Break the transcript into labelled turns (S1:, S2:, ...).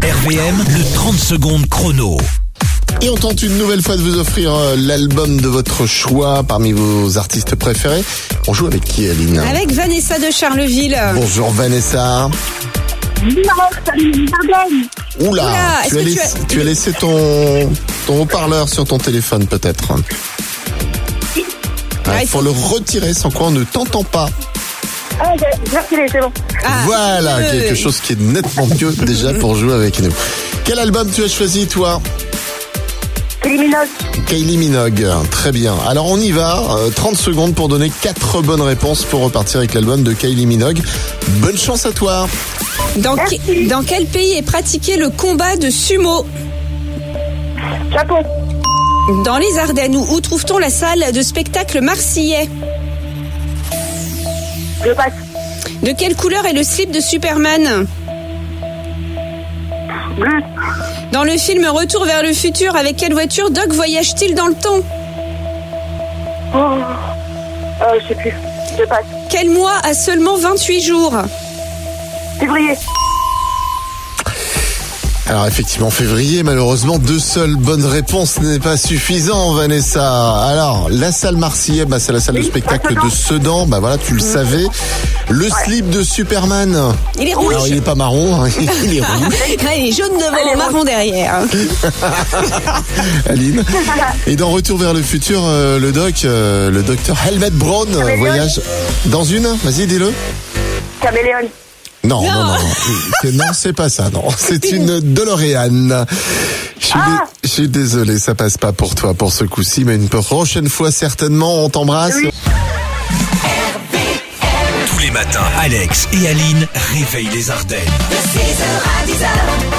S1: RVM, le 30 secondes chrono.
S2: Et on tente une nouvelle fois de vous offrir euh, l'album de votre choix parmi vos artistes préférés. On joue avec qui, Aline
S3: Avec Vanessa de Charleville.
S2: Bonjour Vanessa.
S4: Eh,
S2: Oula,
S3: Oula,
S2: tu,
S3: est-ce
S2: as
S3: que tu
S2: laiss-
S3: as-
S2: tu as laissé ton, ton haut-parleur sur ton téléphone peut-être.
S3: Ouais,
S2: Il faut le retirer sans quoi on ne t'entend pas.
S4: Ah, j'ai j'ai reculé, c'est bon.
S3: Ah,
S2: voilà
S3: euh,
S2: quelque chose qui est nettement mieux déjà pour jouer avec nous. Quel album tu as choisi toi
S4: Kylie Minogue,
S2: Kylie Minogue, très bien. Alors on y va, euh, 30 secondes pour donner quatre bonnes réponses pour repartir avec l'album de Kylie Minogue. Bonne chance à toi.
S3: Dans, que- dans quel pays est pratiqué le combat de sumo
S4: Japon,
S3: Dans les Ardennes, où, où trouve-t-on la salle de spectacle marseillais
S4: je passe.
S3: De quelle couleur est le slip de Superman
S4: Bleu,
S3: Dans le film Retour vers le futur, avec quelle voiture Doc voyage-t-il dans le temps
S4: oh, euh, je sais plus. Je passe.
S3: Quel mois a seulement 28 jours
S4: Février,
S2: Alors effectivement février, malheureusement deux seules bonnes réponses n'est pas suffisant Vanessa. Alors la salle Marseillais, bah, c'est la salle de spectacle de Sedan, bah voilà tu le savais. Le slip de Superman.
S3: Mm. Il est
S2: Alors il
S3: rouge
S2: est pas marron, hein, il est rouge.
S3: Ah, Il est jaune devant, marron derrière.
S2: Aline. Et dans Retour vers le futur, euh, le doc, euh, le docteur Helmut Brown euh,
S4: Caméléon.
S2: voyage dans une. Vas-y, dis-le.
S4: Caméléon,
S2: Non, non,
S3: Non.
S2: non, non. C'est- non, c'est pas ça, non. C'est une DeLorean. Je suis, dé-
S4: Ah.
S2: je suis désolé, ça passe pas pour toi pour ce coup-ci, mais une prochaine fois certainement, on t'embrasse.
S4: Oui.
S1: Tous les matins, Alex et Aline réveillent les Ardennes.
S5: De 6h à 10h,